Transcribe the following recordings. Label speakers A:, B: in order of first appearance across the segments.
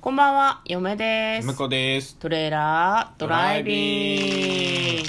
A: こんばんは、嫁です。
B: 向こうです。
A: トレーラードライビン
B: ドライビン
A: グ。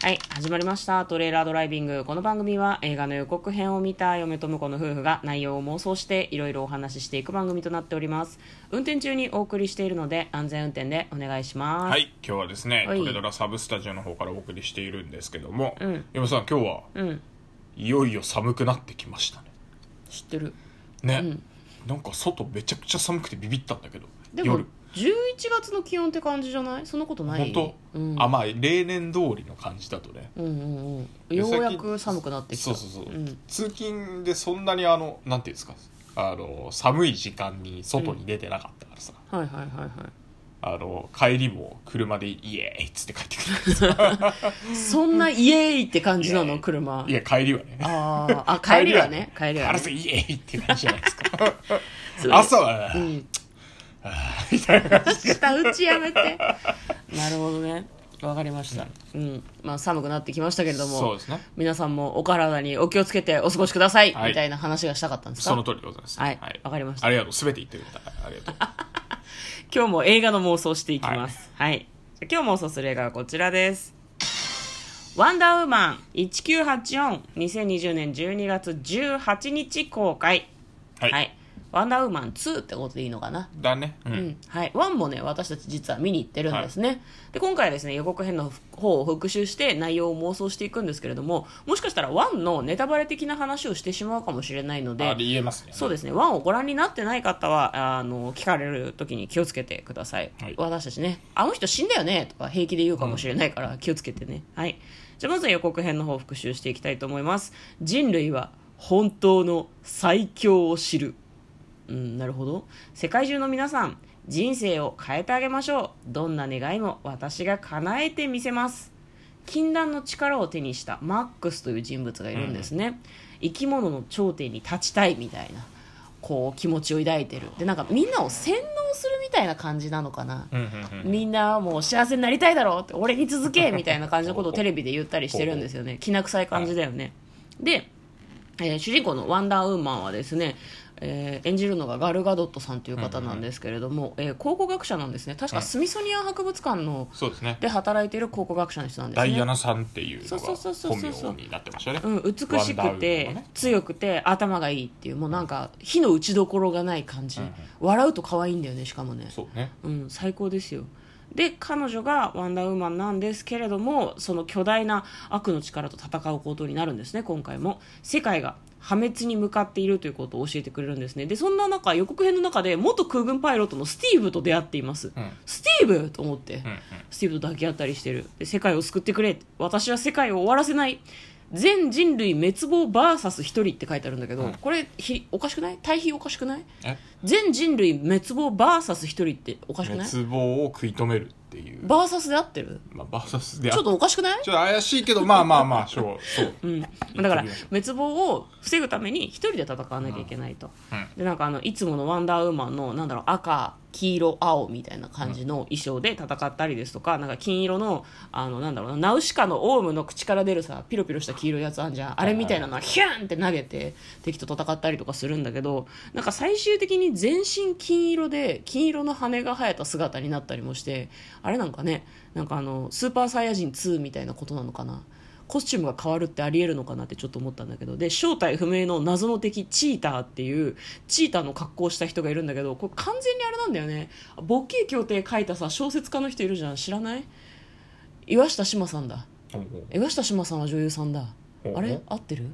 A: はい、始まりました。トレーラードライビング。この番組は映画の予告編を見た嫁と婿の夫婦が内容を妄想していろいろお話ししていく番組となっております。運転中にお送りしているので安全運転でお願いします。
B: はい、今日はですね、
A: はい
B: トレドラサブスタジオの方からお送りしているんですけども、
A: うん
B: 嫁さん、今日は
A: うん、
B: いよいよ寒くなってきましたね。
A: 知ってる。
B: ね、
A: うん
B: なんか外めちゃくちゃ寒くてビビったんだけど、
A: でも
B: 夜。
A: 11月の気温って感じじゃないそんなことない
B: 本当、
A: うん、
B: あ、まあ、例年通りの感じだとね。
A: うんうんうんようやく寒くなってきた
B: そうそうそう、
A: ん
B: 通勤でそんなにあの、なんていうんですか、あの、寒い時間に外に出てなかったからさ、
A: はいはいはいは
B: あの、帰りも車でイエーイっつって帰ってくる。
A: いそんなイエーイって感じな
B: イエー
A: の
B: イ
A: 車
B: いや、帰りはね。
A: あー あ帰りはね帰りはね
B: 争いイエーイって感じじゃないです か
A: そう
B: 朝は、
A: うん
B: みたいな感じ
A: 下打ちやめて なるほどねわかりましたうんまあ寒くなってきましたけれど
B: そう
A: も
B: ですね
A: 皆さんもお体にお気をつけてお過ごしください、
B: はい
A: みたいな話がしたかったんですか
B: その通りでございます
A: はいわかりました
B: ありがとうすべて言ってくれたありがとう
A: 今日も映画の妄想していきます。はい。今日妄想する映画はこちらです。ワンダーウーマン1984、2020年12月18日公開。
B: はい、
A: ワンダーウーマン2ってことでいいのかな。
B: だねうん、
A: うん。はい。1もね、私たち実は見に行ってるんですね。で、今回はですね、予告編の方を復習して内容を妄想していくんですけれども、もしかしたら1のネタバレ的な話をしてしまうかもしれないので
B: あ、言えますね
A: そうですね、1をご覧になってない方は、あの、聞かれる時に気をつけてください。
B: はい
A: 私たちね、あの人死んだよねとか平気で言うかもしれないから気をつけてね。はい。じゃあまずは予告編の方を復習していきたいと思います。人類は本当の最強を知る。うん、なるほど。世界中の皆さん、人生を変えてあげましょう。どんな願いも私が叶えてみせます。禁断の力を手にしたマックスという人物がいるんですね。生き物の頂点に立ちたいみたいな、こう気持ちを抱いてる。で、なんかみんなを洗脳するみたいな感じなのかな。
B: うんうんうん
A: みんなはもう幸せになりたいだろうって俺に続けみたいな感じのことをテレビで言ったりしてるんですよねきな臭い感じだよね、で、えー主人公のワンダーウーマンはですね、えー演じるのがガルガドットさんという方なんですけれども、えー考古学者なんですね確かスミソニアン博物館の
B: そうですね
A: で働いている考古学者の人なんです
B: ダ
A: ね
B: イアナさんっていうのが
A: そうそうそう
B: 本
A: そうそう
B: 名になってましたね
A: うん、美
B: ワ
A: し
B: ンダー
A: く
B: ウーマン
A: て
B: のね
A: 強くて頭がいいっていうもうなんか火の打ちどころがない感じ、
B: うんうん
A: 笑うと可愛いんだよねしかもね
B: そうね
A: うん、最高ですよで彼女がワンダーウーマンなんですけれどもその巨大な悪の力と戦うことになるんですね今回も世界が破滅に向かっているということを教えてくれるんですねでそんな中予告編の中で元空軍パイロットのスティーブと出会っています、
B: うんうん
A: スティーブと思って、
B: うん
A: スティーブと抱き合ったりしてるで世界を救ってくれ私は世界を終わらせない全人類滅亡 VS 一人って書いてあるんだけど、
B: うん
A: これひおかしくない対比おかしくない
B: え
A: 全人類滅亡 VS 一人っておかしくない
B: 滅亡を食い止めるっていう
A: バーサスで合ってる
B: まあバーサスであ
A: ちょっとおかしくない
B: ちょっと怪しいけどまあまあまあそうそう
A: うん、だから滅亡を防ぐために一人で戦わなきゃいけないと、
B: うん
A: でなんかあのいつものワンダーウーマンのなんだろう赤黄色青みたいな感じの衣装で戦ったりですとか,、なんか金色のあのなんだろうなナウシカのオウムの口から出るさピロピロした黄色いやつあんじゃんあれみたいなのはヒューンって投げて敵と戦ったりとかするんだけどなんか最終的に全身金色で金色の羽が生えた姿になったりもしてあれなんかねなんかあのスーパーサイヤ人2みたいなことなのかな。コスチュームが変わるってありえるのかなってちょっと思ったんだけどで正体不明の謎の敵チーターっていうチーターの格好をした人がいるんだけどこれ完全にあれなんだよねボッキー協定書いたさ小説家の人いるじゃん知らない岩下志麻さんだ
B: おう
A: 岩下志麻さんは女優さんだ
B: おう
A: あれ合ってる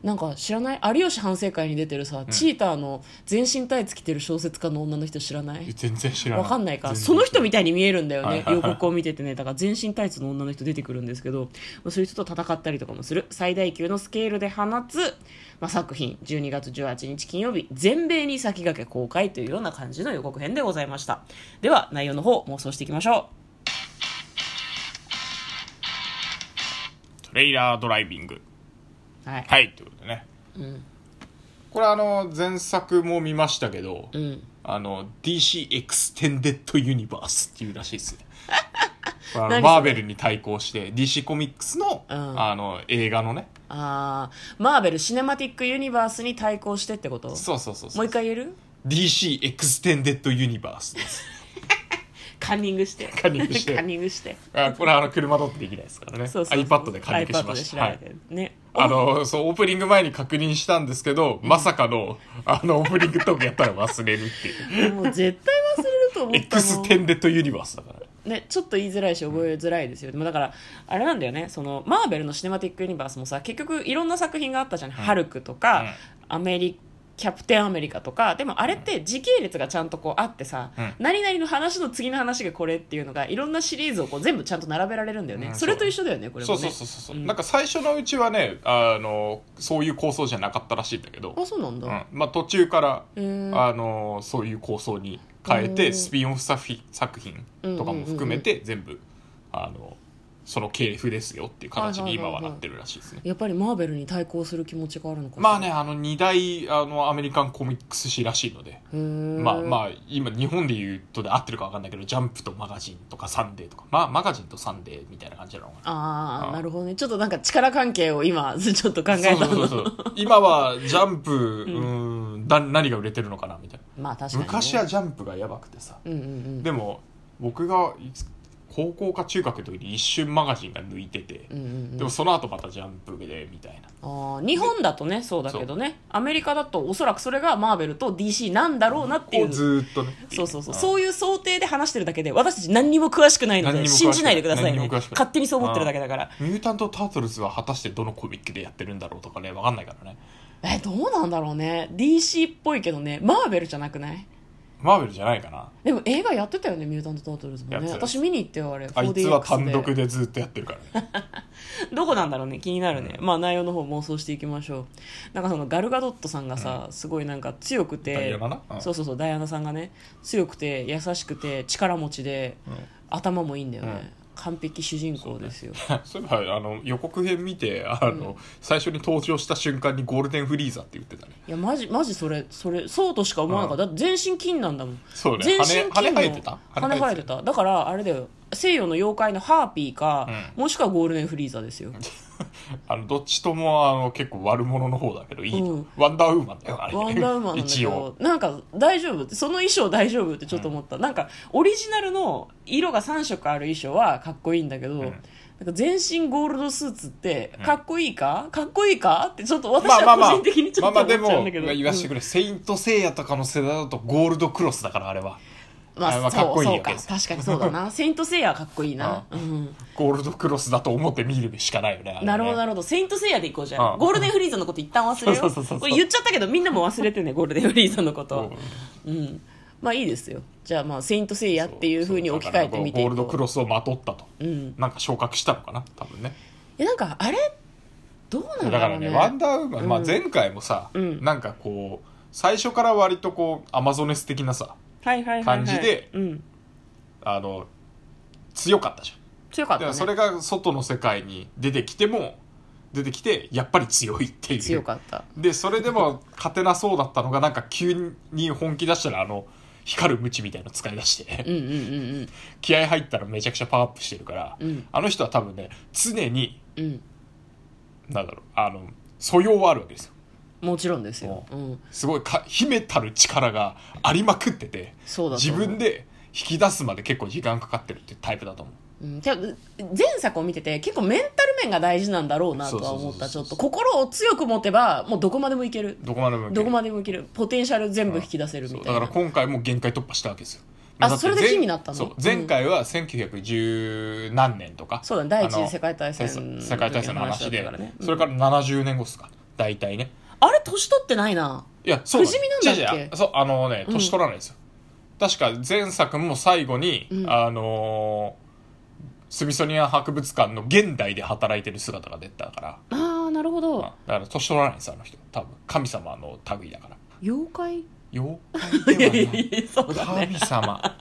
A: なんか知らない有吉反省会に出てるさ、チーターの全身タイツ着てる小説家の女の人知らない
B: 全然知らない
A: わかんないか
B: 全然
A: その人みたいに見えるんだよ
B: は
A: ね
B: いはい
A: 予告を見ててねだから全身タイツの女の人出てくるんですけどまあそういう人と戦ったりとかもする最大級のスケールで放つ、まあ、作品12月18日金曜日全米に先駆け公開というような感じの予告編でございましたでは内容の方妄想していきましょ
B: トレイラードライビング
A: うはい、
B: はいということでね
A: うん
B: これあの前作も見ましたけど、
A: うん
B: あの DC エクステンデッドユニバースっていうらしいです ねあの
A: 何それ
B: マーベルに対抗して DC コミックスの,、
A: うん
B: あの映画のね
A: あーマーベル・シネマティック・ユニバースに対抗してってこと
B: そうそうそうそう
A: もう一回言える
B: DC エクステンデッドユニバースです。
A: カンニングして
B: カンニングして
A: カンニングして
B: あこれあの車だってできないですからね。
A: そうそうそう
B: iPad で解決しました。は
A: iPad で
B: い
A: 調べて、ね
B: あの、そう、オープニング前に確認したんですけど、まさかの、あの、オープニングトークやったら忘れるって いう。
A: もう絶対忘れると思ったもん
B: エクステンデッドユニバースだから。
A: ね、ちょっと言いづらいし覚えづらいですよ、でもだからあれなんだよねそのマーベルのシネマティック・ユニバースもさ結局いろんな作品があったじゃん、ハルクとか、アメリキャプテンアメリカとかでもあれって時系列がちゃんとこうあってさ、
B: うん
A: 何々の話の次の話がこれっていうのがいろんなシリーズをこう全部ちゃんと並べられるんだよね、
B: うん
A: それと一緒だよねこれも
B: そ
A: ね
B: うそうそうそう。
A: うん
B: なんか最初のうちはね、あの、そういう構想じゃなかったらしいんだけど、
A: あそうなんだ、
B: うん、まあ途中から、
A: へー
B: あの、そういう構想に変え
A: う
B: て、
A: ん
B: スピンオフ作品作品とかも含めて、全部、あの、その系譜ですよっていう形に今はなってるらしいですね。
A: やっぱりマーベルに対抗する気持ちがあるのかしら
B: まあね、あの、二大、あの、アメリカンコミックス誌らしいので、まあま
A: あ
B: あ今日本で言うとで合ってるか分かんないけど「ジャンプ」と「マガジン」とか「サンデー」とか、まあ、マガジンと「サンデー」みたいな感じなのかな
A: あー
B: あ
A: なるほどねちょっとなんか力関係を今ちょっと考えたの
B: そうそうそうそう今は「ジャンプ」うーんだ何が売れてるのかなみたいな
A: まあ確かにね、
B: 昔は「ジャンプ」がやばくてさ
A: うんうんうん
B: でも僕がいつ高校か中学の時に一瞬マガジンが抜いてて、
A: うんうんうん
B: でもその後また「ジャンプ」でみたいな
A: あー日本だとねそうだけどねアメリカだとおそらくそれがマーベルと DC なんだろうなってい
B: こ
A: う
B: うずーっとねってい
A: そうそうそう、
B: ん
A: そういう想定で話してるだけで私たち何にも詳しくないの
B: 何
A: で
B: にも詳し
A: 信
B: くない
A: じないでください
B: 何
A: ね
B: にも詳しくない
A: 勝手にそう思ってるだけだから
B: ミュータント・タートルズは果たしてどのコミックでやってるんだろうとかね分かんないからね
A: えどうなんだろうね DC っぽいけどねマーベルじゃなくない
B: マーベルじゃないかな
A: でも映画やってたよね「ミュータント・タートルズ」も
B: やって
A: ね
B: た
A: 私見に行ってよあれ
B: あいつは
A: 4DX
B: 単
A: で
B: 独でずっとやってるからね
A: どこなんだろうね気になるね、まあ内容の方妄想していきましょうなんかそのガルガドットさんがさ、すごいなんか強くて
B: ダイアナなうん
A: そうそうそうダイアナさんがね強くて優しくて力持ちで、頭もいいんだよね、
B: うん
A: 完璧主人公ですよ、
B: そういえばあの予告編見てあの、最初に登場した瞬間にゴールデンフリーザって言ってたね
A: いやマジマジそれそれそうとしか思わなかった、だって全身金なんだもん
B: そうね
A: 全身
B: 羽
A: 金
B: 羽
A: の
B: 生えてた
A: 羽生えてただからあれだよ西洋の妖怪のハーピーか、もしくはゴールデンフリーザーですよ
B: あのどっちともあの結構悪者の方だけどいい、
A: うん
B: ワンダーウーマンだよあれ
A: ワンダーウーマンなんだけ
B: 一応
A: どなんか大丈夫ってその衣装大丈夫ってちょっと思った、なんかオリジナルの色が3色ある衣装はかっこいいんだけど、なんか全身ゴールドスーツってかっこいいか、かっこいいかってちょっと私は個人的にちょ
B: まあ
A: っと
B: ま
A: 思っち
B: あ
A: ゃ
B: で
A: う
B: も
A: んだけど、
B: 言わしてくれ、セイント・セイヤとかの世代だとゴールドクロスだからあれは
A: うんまあ
B: あれは
A: そう
B: かっこいい
A: そう
B: わけ
A: か
B: です
A: 確かにそうだ な「セイント・セイヤ」はかっこいいな、うん、
B: ゴールドクロスだと思って見るしかないよねあれね
A: なるほどなるほど「セイント・セイヤ」でいこうじゃん、
B: うん
A: ゴールデンフリーザのこと一旦忘れよ
B: そうそうそうそう
A: これ言っちゃったけどみんなも忘れてねゴールデンフリーザのこと、
B: うん
A: うん、まあいいですよじゃあまあ「セイント・セイヤ」っていうふうに置き換えてみてい
B: ゴールド
A: こ
B: クロスをまとったと、
A: う、うん、
B: なんか昇格したのかな多分ね
A: いやなんかあれどうなん
B: だ
A: だ
B: か
A: ろう
B: ら
A: ね
B: ねワンダーウーマン、まあ、
A: うん
B: 前回もさ、
A: うん
B: なんかこう最初から割とこうアマゾネス的なさ
A: はいはいはいはい
B: 感じで
A: うん、
B: あの強かったじ
A: 強か
B: ゃ
A: っ
B: ん、
A: たね
B: でもそれが外の世界に出てきても出てきてやっぱり強いっていう
A: 強かった
B: でそれでも勝てなそうだったのがなんか急に本気出したらあの光るムチみたいなの使い出して、
A: うんうんうん
B: 気合入ったらめちゃくちゃパワーアップしてるから、
A: うん
B: あの人は多分ね常に
A: うんうん
B: なんだろうあの素養はあるわけですよ
A: もちろんですよ、うん、
B: すごいか秘めたる力がありまくってて
A: そうだと
B: 自
A: 思う
B: 分で引き出すまで結構時間かかってるっていうタイプだと思う
A: うん、てか前作を見てて結構メンタル面が大事なんだろうなとは思ったち
B: そ
A: ょ
B: う
A: っと
B: そうそうそう
A: 心を強く持てばもうどこまでもいける
B: どこまでも
A: どこ
B: で
A: までもいけるポテンシャル全部引き出せるみ
B: そう
A: た
B: だ
A: い
B: か
A: な
B: ら今回も限界突破したわけですよ
A: あ
B: だって
A: それで
B: 前
A: 火になったの
B: そう
A: うん
B: 前回は1910何年とか
A: そうだね第一
B: あの
A: 次世界大戦
B: せ世界大戦の話で
A: の時の話だったからねうん
B: それから70年後っすか大体ね
A: あれ年取ってないない
B: やそう
A: 不死身なんだっけ
B: 違う違うそうあのね年取らないですよ、確か前作も最後に、
A: うん
B: あのースミソニアン博物館の現代で働いてる姿が出たから
A: ああなるほ
B: まあ
A: ど
B: だから年取らないんですあの人多分神様の類だから
A: 妖怪
B: 妖怪
A: い
B: で
A: や
B: はない
A: いやいやそうだね
B: 神様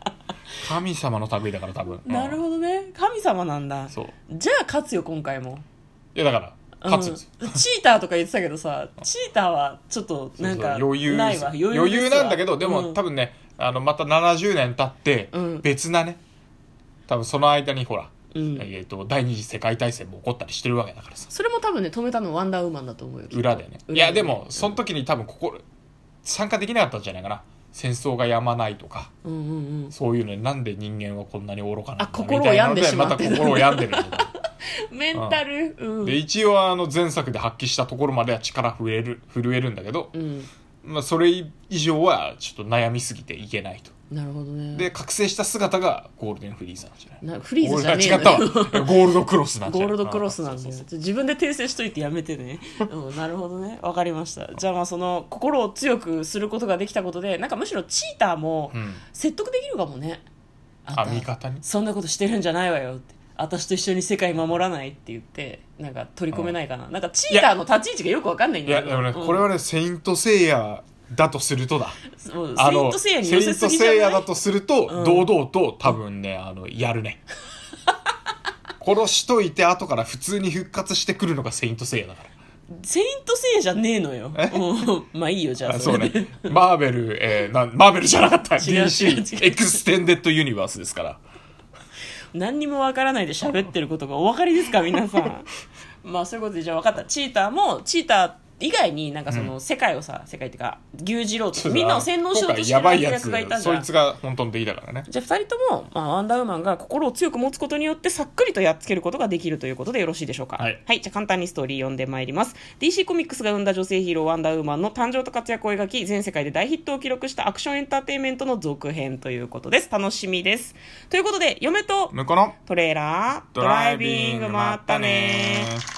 B: 神様の類だから多分、う ん
A: なるほどね神様なんだ
B: そう
A: じゃあ勝つよ今回も
B: いやだから
A: うん
B: 勝つんですよ、
A: チーターとか言ってたけどさチーターはちょっと
B: そう
A: な
B: そ
A: ん
B: う
A: か
B: 余裕
A: な
B: で
A: い
B: す
A: わ
B: よ
A: 余裕
B: 余
A: です
B: 裕
A: わ
B: なんだけどでも、
A: うん
B: 多分ねあのまた70年経って、
A: うん
B: 別なね多分その間にほら、
A: うん
B: えー、と第二次世界大戦も起こったりしてるわけだからさ
A: それも多分ね止めたのワンダーウーマンだと思うよきっと
B: 裏でね
A: 裏
B: いやでもその時に多分ここ参加できなかったんじゃないかな戦争がやまないとか
A: うんうんうん
B: そういうのになんで人間はこんなに愚かなんだ
A: あ心を病んでしまってる
B: みたいなのでまた心を病んでるんだと
A: メンタルうん
B: で一応あの前作で発揮したところまでは力震える震えるんだけど、
A: うん
B: まあ、それ以上はちょっと悩みすぎていけないと
A: なるほどね
B: で覚醒した姿がゴールデンフリーザなんじゃない
A: なフリーズじゃねえ
B: ゴールあ 違ったわゴールドクロスなんじ
A: ゴ
B: ゃな
A: ー
B: い
A: ルドクロスなんだよ
B: そうそうそう
A: ちょ自分で訂正しといてやめて ね、うん、なるほどねわかりましたじゃあまあその心を強くすることができたことでなんかむしろチーターも
B: うん
A: 説得できるかもね、
B: あ
A: んた
B: 味方に
A: そんなことしてるんじゃないわよって私と一緒に世界守らないって言ってなんか取り込めないかな、なんかチーターの立ち位置がよくわかんないん
B: い
A: だ
B: や
A: け
B: で
A: ど
B: もね、
A: うん
B: これはねセイントセイヤだとするとだ
A: もう
B: あ
A: セイン
B: の
A: トセイヤに
B: セ
A: 寄
B: イ
A: せ
B: ン
A: す
B: ト
A: ぎじゃ
B: セイヤ
A: な
B: だ
A: い
B: とすると
A: うん
B: 堂々と多分ねあのやる ね殺しといて後から普通に復活してくるのがセイントセイヤだから
A: セイントセイヤじゃねえのようんまあいいよじゃあ
B: あ
A: そ
B: そう
A: れ
B: ね
A: で。
B: マーベル、えーなんマーベルじゃなかった。
A: 違う違う違う
B: DC、エクステンデッドユニバースですから。
A: 何にもわからないで喋ってることがお分かりですか皆さん まあそういうことでじゃあ分かったチーターもチーター以外になんかその世界をさ、世界っていうか牛耳ろうとみんなを洗脳しようとして
B: 今
A: る
B: 回や
A: 悪
B: ばいやつ
A: 役がいたんじゃ
B: そ
A: ない
B: いつが本当の敵だからね。
A: じゃあ2人とも、まあ、ワンダーウーマンが心を強く持つことによってさっくりとやっつけることができるということでよろしいでしょうか
B: はい
A: じゃあ簡単にストーリー読んでまいります DC コミックスが生んだ女性ヒーローワンダーウーマンの誕生と活躍を描き全世界で大ヒットを記録したアクションエンターテインメントの続編ということです楽しみですということで嫁と
B: 向こうの
A: トレーラード
B: ドライビング、まったねー